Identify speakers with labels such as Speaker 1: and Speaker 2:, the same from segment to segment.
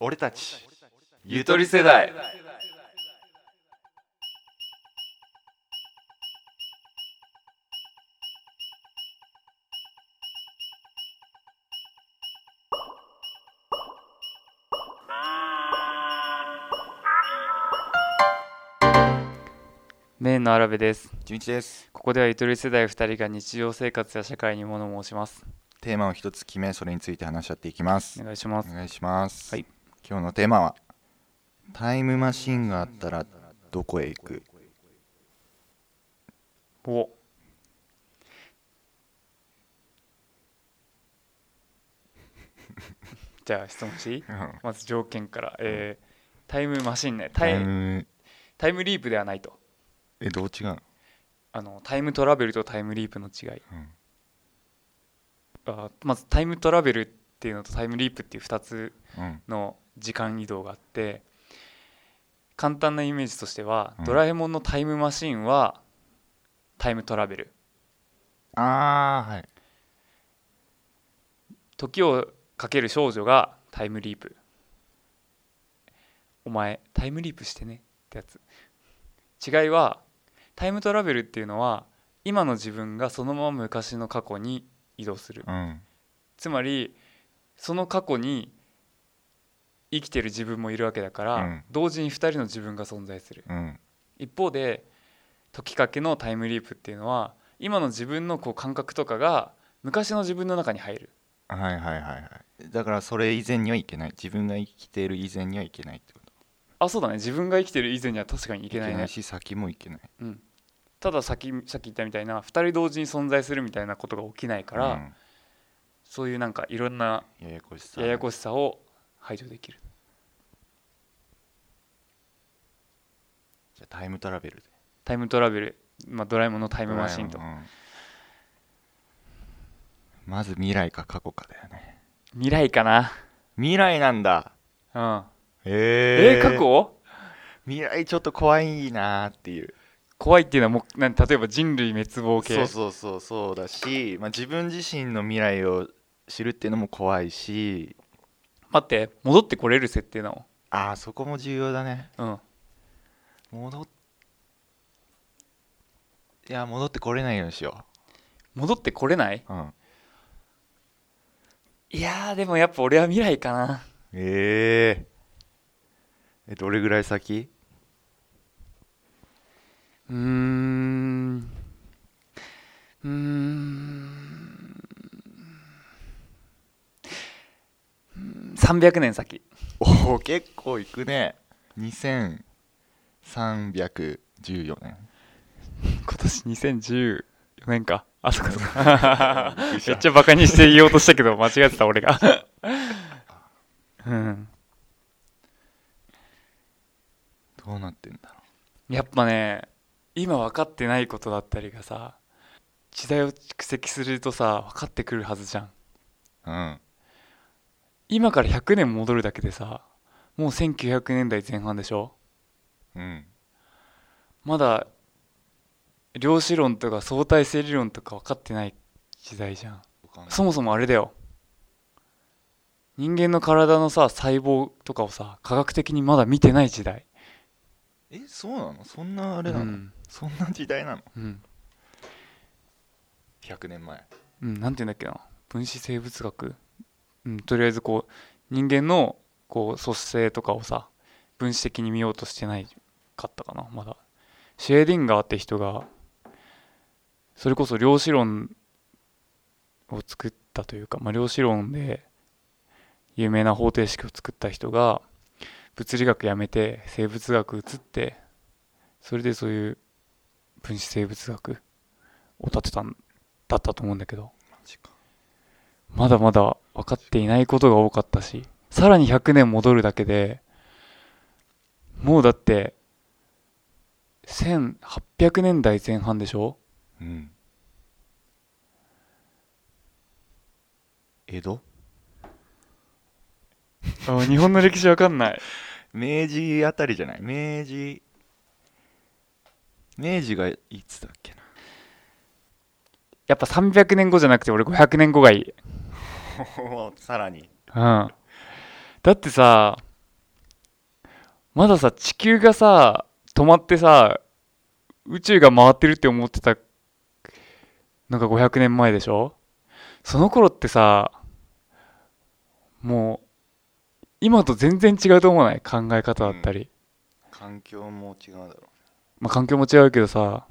Speaker 1: 俺たち
Speaker 2: ゆとり世代
Speaker 3: メインのアラベです
Speaker 4: 純一です
Speaker 3: ここではゆとり世代2人が日常生活や社会に物申します
Speaker 4: テーマを一つ決めそれについて話し合っていきます
Speaker 3: お願いしま
Speaker 4: お
Speaker 3: す
Speaker 4: 願いします、
Speaker 3: はい
Speaker 4: 今日のテーマはタイムマシンがあったらどこへ行く
Speaker 3: お じゃあ質問していいまず条件から、えータイムマシンねタ
Speaker 4: タイ
Speaker 3: イ
Speaker 4: ム
Speaker 3: タイムリープではないと
Speaker 4: えどう違うの
Speaker 3: あのタイムトラベルとタイムリープの違い、
Speaker 4: うん
Speaker 3: あまずタイムトラベルっていうのとタイムリープっていう2つ
Speaker 4: うん
Speaker 3: の時間移動があって簡単なイメージとしては、
Speaker 4: うん
Speaker 3: ドラえもんのタイムマシンはタイムトラベル
Speaker 4: ああはい
Speaker 3: 時をかける少女がタイムリープお前タイムリープしてねってやつ違いはタイムトラベルっていうのは今の自分がそのまま昔の過去に移動する
Speaker 4: うん
Speaker 3: つまりその過去に生きてる自分もいるわけだから、
Speaker 4: うん
Speaker 3: 同時に2人の自分が存在する
Speaker 4: うん
Speaker 3: 一方で時かけのタイムリープっていうのは今の自分のこう感覚とかが昔の自分の中に入る
Speaker 4: はいはいはいはいだからそれ以前には行けない自分が生きている以前には行けないってこと
Speaker 3: あそうだね自分が生きてる以前には確かにいけないね
Speaker 4: し先も行けない
Speaker 3: うん、たださっきさっき言ったみたいな2人同時に存在するみたいなことが起きないから、
Speaker 4: うん
Speaker 3: そういうなんかいろんな
Speaker 4: ややこしさ
Speaker 3: ややこしさを排除できる
Speaker 4: じゃあタイムトラベルで
Speaker 3: タイムトラベル、まあ、ドラえもんのタイムマシン
Speaker 4: ド
Speaker 3: と
Speaker 4: ラえもんうんまず未来か過去かだよね
Speaker 3: 未来かな、
Speaker 4: 未来なんだ
Speaker 3: うん、え
Speaker 4: え
Speaker 3: ー過去
Speaker 4: 未来ちょっと怖いなーっていう
Speaker 3: 怖いっていうのはもうなん例えば人類滅亡系
Speaker 4: そうそうそうそうだし、まあ、自分自身の未来を知るっていうのも怖いし
Speaker 3: 待って戻ってこれる設定なの
Speaker 4: あーそこも重要だね
Speaker 3: うん
Speaker 4: 戻っいや戻ってこれないようにしよ、
Speaker 3: 戻ってこれないう
Speaker 4: うん、
Speaker 3: いやーでもやっぱ俺は未来かな
Speaker 4: えー、えどれぐらい先
Speaker 3: うーんうーんうーん300年先
Speaker 4: おお結構いくね2314年
Speaker 3: 今年2014年かあそこそっか
Speaker 4: びっくりした
Speaker 3: めっちゃバカにして言おうとしたけど間違えてた俺がうん
Speaker 4: どうなってんだろ
Speaker 3: やっぱね今分かってないことだったりがさ時代を蓄積するとさ分かってくるはずじゃん
Speaker 4: ううん
Speaker 3: 今から100年戻るだけでさもう1900年代前半でしょ
Speaker 4: うん
Speaker 3: まだ量子論とか相対性理論とか分かってない時代じゃんそもそもあれだよ人間の体のさ細胞とかをさ科学的にまだ見てない時代
Speaker 4: えそうなのそんなあれなの、
Speaker 3: うん
Speaker 4: そんな時代なの
Speaker 3: うん、
Speaker 4: 100年前
Speaker 3: うん、なんて言うんだっけな分子生物学、うん、とりあえずこう人間のこう組成とかをさ分子的に見ようとしてないかったかなまだシェーディンガーって人がそれこそ量子論を作ったというか、まあ、量子論で有名な方程式を作った人が物理学やめて生物学移ってそれでそういう分子生物学を立てたんだったと思うんだけど
Speaker 4: マジか
Speaker 3: まだまだ分かっていないことが多かったしさらに100年戻るだけでもうだって1800年代前半でしょ
Speaker 4: うん江戸
Speaker 3: あ日本の歴史わかんない
Speaker 4: 明治あたりじゃない明治明治がいつだっけな
Speaker 3: やっぱ300年後じゃなくて俺500年後がいい
Speaker 4: さらに
Speaker 3: うんだってさまださ地球がさ止まってさ宇宙が回ってるって思ってたのが500年前でしょその頃ってさもう今と全然違うと思わない考え方だったり、
Speaker 4: 環境も違うだろう
Speaker 3: まあ、環境も違うけどさ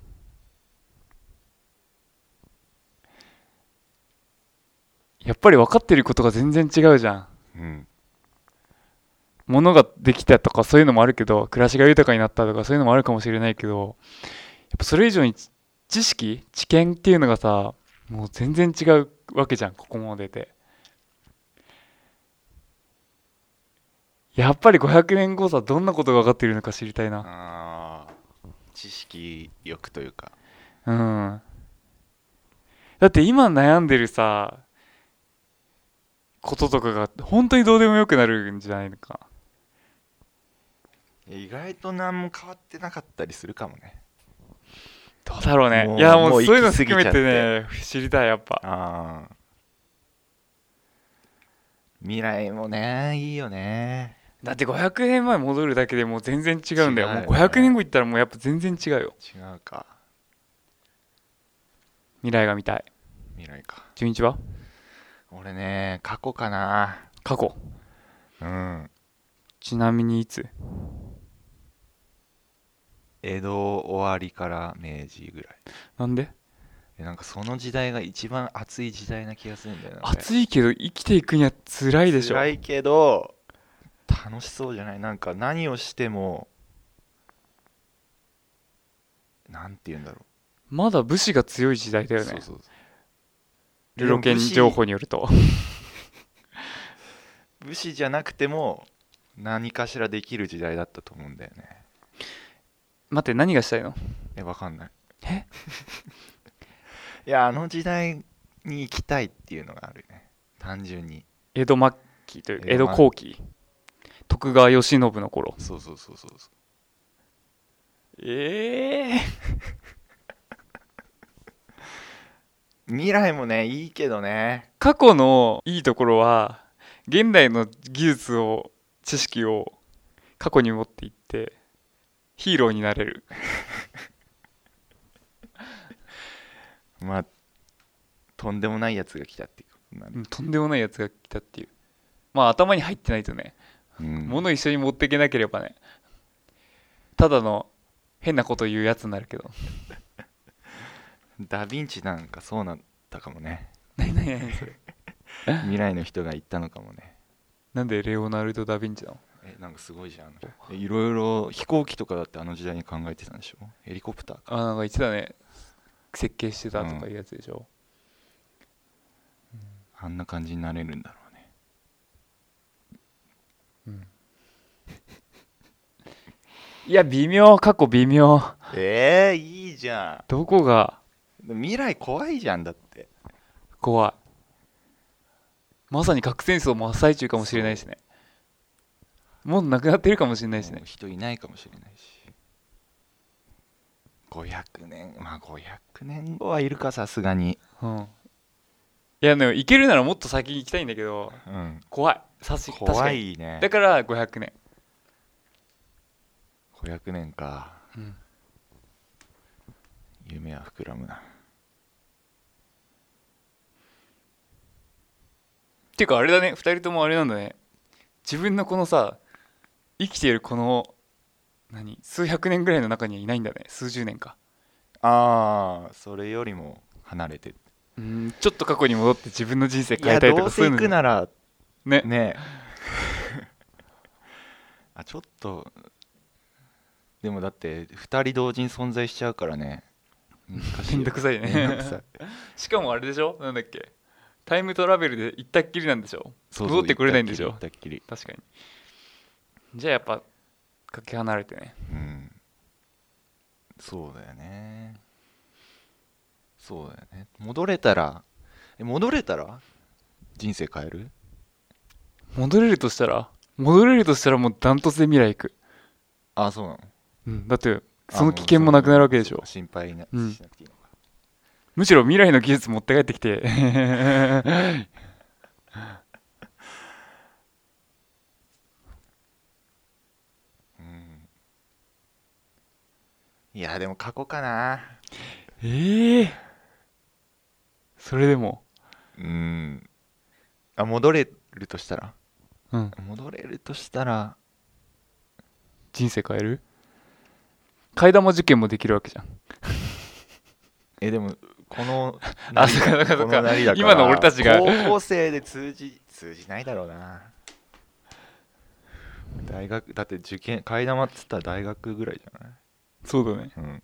Speaker 3: やっぱり分かってることが全然違うじゃん
Speaker 4: うん
Speaker 3: 物ができたとかそういうのもあるけど暮らしが豊かになったとかそういうのもあるかもしれないけどやっぱそれ以上に知知識知見っていうのがさもう全然違うわけじゃんここまででやっぱり500年後さどんなことが分かっているのか知りたいな
Speaker 4: あー知識欲というか
Speaker 3: うん。だって今悩んでるさ、こととかが本当にどうでもよくなるんじゃないのか。
Speaker 4: 意外と何も変わってなかったりするかもね
Speaker 3: どうだろうね
Speaker 4: も。う
Speaker 3: いやも
Speaker 4: も
Speaker 3: う
Speaker 4: う
Speaker 3: そういうの
Speaker 4: 行き過ぎ
Speaker 3: 含め
Speaker 4: ちゃって
Speaker 3: てね、知りたいやっぱ。
Speaker 4: ああ未来もねいいよね
Speaker 3: だって500年前戻るだけでもう全然違うんだよ。
Speaker 4: 違う
Speaker 3: も
Speaker 4: よ
Speaker 3: う
Speaker 4: ね
Speaker 3: 500年後行ったらもうやっぱ全然違うよ。
Speaker 4: 違うか
Speaker 3: 未来が見たい。
Speaker 4: 未来か
Speaker 3: 純一は
Speaker 4: 俺ね過去かな
Speaker 3: 過去。
Speaker 4: うん
Speaker 3: ちなみにいつ
Speaker 4: 江戸終わりから明治ぐらい
Speaker 3: なんで
Speaker 4: えなんかその時代が一番熱い時代な気がするんだよな俺
Speaker 3: 暑いけど生きていくには辛いでしょ。
Speaker 4: 辛いけど楽しそうじゃないなんか何をしてもなんて言うんだろ
Speaker 3: まだ武士が強い時代だ
Speaker 4: う
Speaker 3: よね。
Speaker 4: そう
Speaker 3: ルロケン情報によると。
Speaker 4: 武士じゃなくても何かしらできる時代だったと思うんだよね
Speaker 3: 待って何がしたいの
Speaker 4: えわかんない
Speaker 3: え
Speaker 4: いやあの時代に行きたいっていうのがあるね単純に
Speaker 3: 江戸末期というか江
Speaker 4: 江戸
Speaker 3: 戸
Speaker 4: 末
Speaker 3: 後期徳川慶喜の頃
Speaker 4: そうそうそうそうそ
Speaker 3: ええ
Speaker 4: う未来もねいいけどね
Speaker 3: 過去のいいところは現代の技術を知識を過去に持っていってヒーローになれる
Speaker 4: まあとんでもないやつが来たっていうことなんで
Speaker 3: うんとんでもないやつが来たっていうまあ頭に入ってないとね
Speaker 4: うん
Speaker 3: 物一緒に持っていけなければねただの変なこと言うやつになるけど
Speaker 4: ダ・ヴィンチなんかそうなったかもね
Speaker 3: 何何何それ
Speaker 4: 未来の人が言ったのかもね
Speaker 3: なんでレオナルド・ダ・ヴィンチなの
Speaker 4: えなんかすごいじゃんえいろいろ飛行機とかだってあの時代に考えてたんでしょヘリコプターか
Speaker 3: あなんか言ってたね設計してたとかいうやつでしょ、
Speaker 4: あんな感じになれるんだろうね
Speaker 3: いや、微妙、過去微妙。
Speaker 4: えー、いいじゃ
Speaker 3: どこが
Speaker 4: ん未来怖いじゃんだって
Speaker 3: 怖い。まさに核戦争真っ最中かもしれないしね。もうなくなってるかもしれないし
Speaker 4: も
Speaker 3: ね
Speaker 4: う。人いないかもしれないし500年まあ500年後はいるかさすがに
Speaker 3: うん。いや、でも、行けるならもっと先に行きたいんだけど、
Speaker 4: うん
Speaker 3: 怖い。さし、確
Speaker 4: 怖
Speaker 3: かに。
Speaker 4: いね
Speaker 3: だから、500年。
Speaker 4: 500年か
Speaker 3: うん。
Speaker 4: 夢は膨らむな
Speaker 3: ていうか、あれだね、二人ともあれなんだね。自分のこのさ、生きているこの、何数百年ぐらいの中にはいないんだね。数十年か。
Speaker 4: ああそれよりも離れて
Speaker 3: うん、ちょっと過去に戻って自分の人生
Speaker 4: い
Speaker 3: 変え
Speaker 4: や
Speaker 3: たいと
Speaker 4: ど
Speaker 3: か
Speaker 4: う
Speaker 3: そう
Speaker 4: せ
Speaker 3: いう
Speaker 4: 行
Speaker 3: のじ
Speaker 4: く
Speaker 3: ゃ
Speaker 4: なら
Speaker 3: ね。
Speaker 4: ねえ あちょっとでもだって2人同時に存在しちゃうからね難しいよ
Speaker 3: めんどくさいね
Speaker 4: めんど くさい
Speaker 3: しかもあれでしょなんだっけタイムトラベルで行ったっきりなんでしょ
Speaker 4: そうそう
Speaker 3: 戻ってくれないんでしょ
Speaker 4: 行ったっきり行っ
Speaker 3: 確かにじゃあやっぱかけ離れてね
Speaker 4: たっきりうんそうだよねそうだよね戻れたらえ戻れたら人生変える
Speaker 3: 戻れるとしたら戻れるとしたらもうダントツで未来行く、
Speaker 4: あそうなの
Speaker 3: うん、だって
Speaker 4: あ
Speaker 3: その危険もなくなるわけでし
Speaker 4: も
Speaker 3: ょ
Speaker 4: うそう心配なし
Speaker 3: うん
Speaker 4: なくていいのか
Speaker 3: むしろ未来の技術持って帰ってき て
Speaker 4: うんいや、でも過去かな。
Speaker 3: ええそれでも
Speaker 4: うん。あ、戻れるとしたら
Speaker 3: うん
Speaker 4: 戻れるとしたら、
Speaker 3: 人生変える替え玉受験もできるわけじゃん、
Speaker 4: え、でも、こ の
Speaker 3: あそっかそっかそっか
Speaker 4: こなりだら
Speaker 3: 今の俺たちが
Speaker 4: 高校生で通じ、通じないだろうな。大学、だって受験、替え玉っつったら大学ぐらいじゃない
Speaker 3: そうだね
Speaker 4: うん。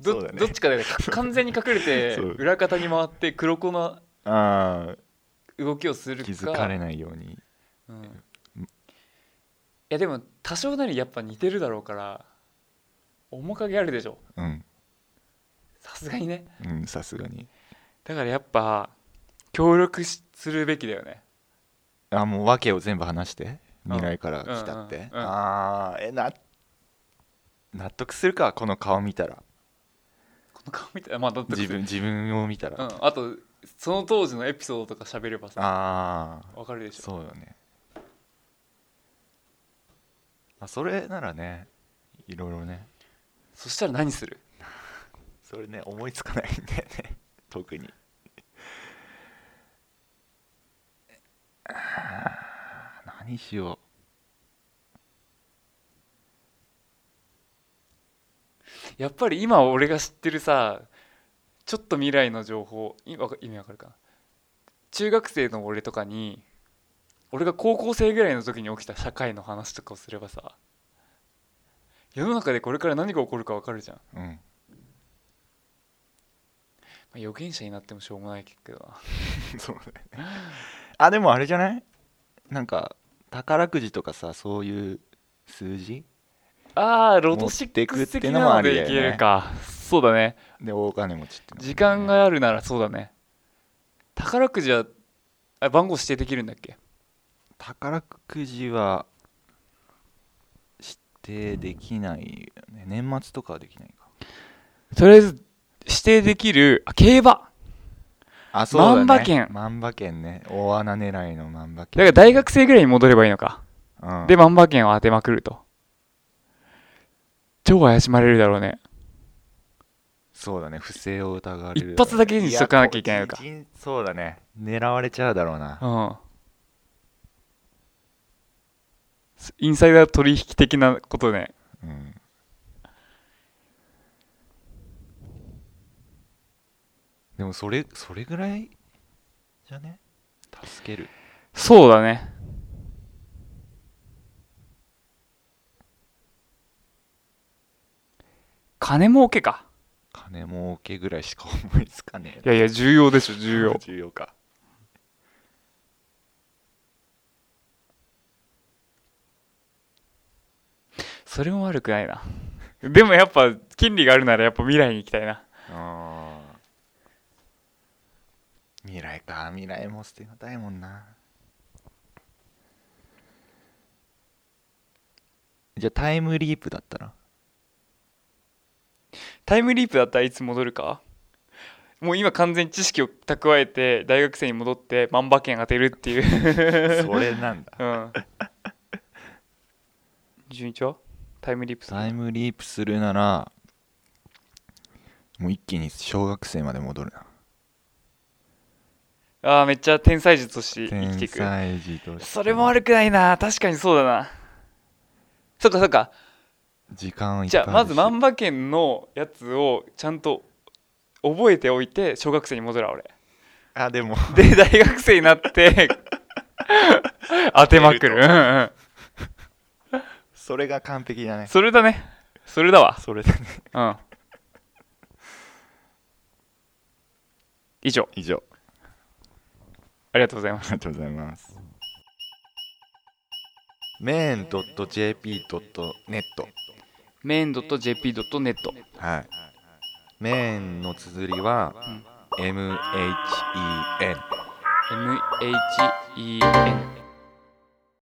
Speaker 3: ど
Speaker 4: そうだね
Speaker 3: どっちかだよねか 完全に隠れて
Speaker 4: そう
Speaker 3: 裏方に回って黒子の
Speaker 4: あ
Speaker 3: 動きをする
Speaker 4: あ、
Speaker 3: か
Speaker 4: 気づかれないように。
Speaker 3: うん、いやでも多少なりやっぱ似てるだろうから面影あるでしょ
Speaker 4: うん、
Speaker 3: さすがにね
Speaker 4: うん、さすがに。
Speaker 3: だからやっぱ協力しするべきだよね
Speaker 4: あ、もう訳を全部話して、
Speaker 3: うん
Speaker 4: 未来から来たって。
Speaker 3: うんうんうん
Speaker 4: ああ、え、な、納得するか、この顔見たら。
Speaker 3: この顔見たらまあだって
Speaker 4: 自分、自分を見たら。
Speaker 3: うん
Speaker 4: あ
Speaker 3: あとその当時のエピソードとか喋ればさ
Speaker 4: あー。
Speaker 3: わかるでしょ
Speaker 4: そうよねあそれならねいろいろね
Speaker 3: そしたら何する
Speaker 4: それね思いつかないんだよね 特にあー何しよ
Speaker 3: やっぱり今俺が知ってるさちょっと未来の情報いわか意味わかるかな中学生の俺とかに俺が高校生ぐらいの時に起きた社会の話とかをすればさ世の中でこれから何が起こるかわかるじゃん、ま
Speaker 4: ううん
Speaker 3: あ、予言者になってもしょうもないけどな
Speaker 4: そうだよねあでもあれじゃないなんか宝くじとかさそういう数字
Speaker 3: あーロト
Speaker 4: ト
Speaker 3: 6
Speaker 4: 6
Speaker 3: 的
Speaker 4: 的
Speaker 3: な
Speaker 4: なの
Speaker 3: ので
Speaker 4: で
Speaker 3: い
Speaker 4: い
Speaker 3: け
Speaker 4: け
Speaker 3: る
Speaker 4: る
Speaker 3: か、そうだね
Speaker 4: で大金持ちってのもね
Speaker 3: 時間があるならそうだね宝くじはあ番号指定できるんだっけ
Speaker 4: 宝くじは指定できないよね年末とかはできないか
Speaker 3: とりあえず指定できるあ競馬
Speaker 4: あそうだね
Speaker 3: 万馬券
Speaker 4: 万馬券ね大穴狙いの万馬
Speaker 3: だか
Speaker 4: 券
Speaker 3: ら大学生ぐらいに戻ればいいのか。
Speaker 4: うん
Speaker 3: で、万馬券を当てまくると。超怪しまれるだろうね。
Speaker 4: そうだね不正を疑われる
Speaker 3: 一発だけにしとかなきゃいけないのか
Speaker 4: やこう人そうだね狙われちゃうだろうな
Speaker 3: うん。インサイダー取引的なことね。
Speaker 4: うんでもそれそれぐらいじゃね助ける
Speaker 3: そうだね。金儲けか。
Speaker 4: 金儲けぐらいしか思いつかねえない。
Speaker 3: やいや、重要でしょ、重要
Speaker 4: 重要か
Speaker 3: それも悪くないな。でもやっぱ、権利があるならやっぱ未来に行きたいな。
Speaker 4: あー未来か未来も捨てがたいもんなじゃあタイムリープだったら
Speaker 3: タイムリープだったらいつ戻るかもう今完全に知識を蓄えて大学生に戻って万馬券当てるってい う
Speaker 4: それなんだ
Speaker 3: うん順調タイムリープさ
Speaker 4: タイムリープするならもう一気に小学生まで戻るな
Speaker 3: ああめっちゃ天才術として生
Speaker 4: 天
Speaker 3: きていく
Speaker 4: 才児として
Speaker 3: それも悪くないな確かにそうだなそっかそっか
Speaker 4: 時間をいっ
Speaker 3: じ
Speaker 4: ぱい
Speaker 3: ゃあまず万
Speaker 4: る
Speaker 3: 馬券のやつをちゃんと覚えておいて小学生に戻ら俺
Speaker 4: しあでも
Speaker 3: で大学生になって 当てまくるうんうん
Speaker 4: それが完璧だね
Speaker 3: それだね。それだわ。
Speaker 4: それだね
Speaker 3: うん。以上、
Speaker 4: 以上
Speaker 3: ありがとうございま
Speaker 4: あ
Speaker 3: す。
Speaker 4: りがとうございます。main.jp.net
Speaker 3: メイン .jp.net。
Speaker 4: はい。main の綴りは、MHEN。
Speaker 3: m h e n